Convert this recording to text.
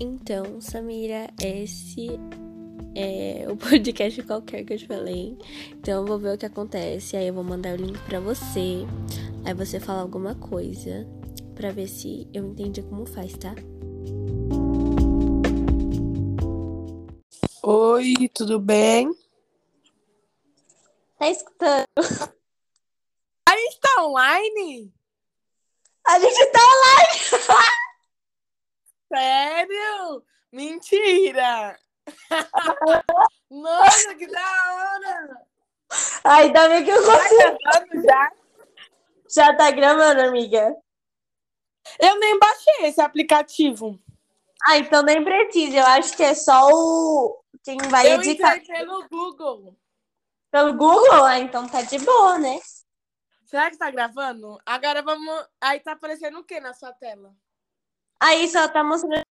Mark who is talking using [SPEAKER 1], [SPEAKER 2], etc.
[SPEAKER 1] Então, Samira, esse é o podcast qualquer que eu te falei. Então, eu vou ver o que acontece. Aí, eu vou mandar o link pra você. Aí, você fala alguma coisa pra ver se eu entendi como faz, tá?
[SPEAKER 2] Oi, tudo bem?
[SPEAKER 3] Tá escutando?
[SPEAKER 2] A gente tá online?
[SPEAKER 3] A gente tá online!
[SPEAKER 2] Sério? Mentira! Nossa, que da hora!
[SPEAKER 3] Ai, ainda bem que eu consegui.
[SPEAKER 2] Tá gravando já?
[SPEAKER 3] Já tá gravando, amiga?
[SPEAKER 2] Eu nem baixei esse aplicativo.
[SPEAKER 3] Ah, então nem precisa. Eu acho que é só o... Quem vai
[SPEAKER 2] eu
[SPEAKER 3] editar.
[SPEAKER 2] entrei pelo Google.
[SPEAKER 3] Pelo Google? Ah, então tá de boa, né?
[SPEAKER 2] Será que tá gravando? Agora vamos. Aí tá aparecendo o que na sua tela?
[SPEAKER 3] Aí só tá mostrando